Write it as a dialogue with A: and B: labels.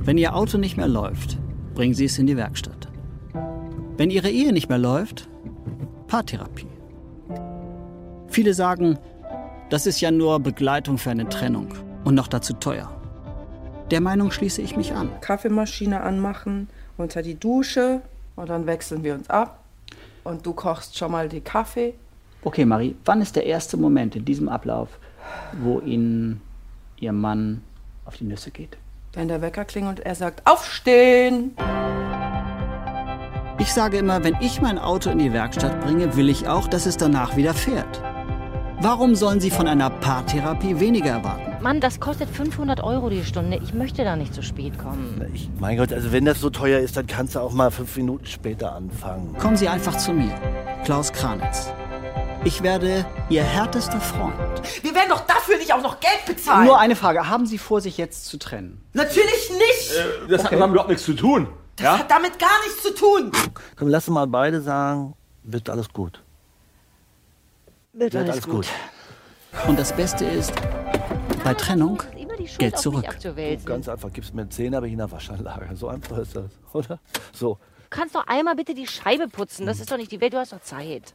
A: Wenn Ihr Auto nicht mehr läuft, bringen Sie es in die Werkstatt. Wenn Ihre Ehe nicht mehr läuft, Paartherapie. Viele sagen, das ist ja nur Begleitung für eine Trennung und noch dazu teuer. Der Meinung schließe ich mich an.
B: Kaffeemaschine anmachen, unter die Dusche und dann wechseln wir uns ab. Und du kochst schon mal den Kaffee.
A: Okay, Marie, wann ist der erste Moment in diesem Ablauf, wo Ihnen Ihr Mann auf die Nüsse geht?
B: Wenn der Wecker klingelt und er sagt, aufstehen!
A: Ich sage immer, wenn ich mein Auto in die Werkstatt bringe, will ich auch, dass es danach wieder fährt. Warum sollen Sie von einer Paartherapie weniger erwarten?
C: Mann, das kostet 500 Euro die Stunde. Ich möchte da nicht zu spät kommen.
D: Ich, mein Gott, also wenn das so teuer ist, dann kannst du auch mal fünf Minuten später anfangen.
A: Kommen Sie einfach zu mir, Klaus Kranitz. Ich werde Ihr härtester Freund.
E: Wir werden doch dafür nicht auch noch Geld bezahlen.
A: Nur eine Frage, haben Sie vor, sich jetzt zu trennen?
E: Natürlich nicht.
F: Das hat damit überhaupt nichts zu tun.
E: Das hat damit gar nichts zu tun.
D: Komm, lass uns mal beide sagen, wird alles gut.
C: Wird
A: Und das Beste ist, bei Trennung Geld zurück.
C: Du
D: Ganz einfach, gibst mir einen Zehner, bin ich in der Waschanlage. So einfach ist das, oder? So.
C: kannst doch einmal bitte die Scheibe putzen. Das ist doch nicht die Welt, du hast doch Zeit.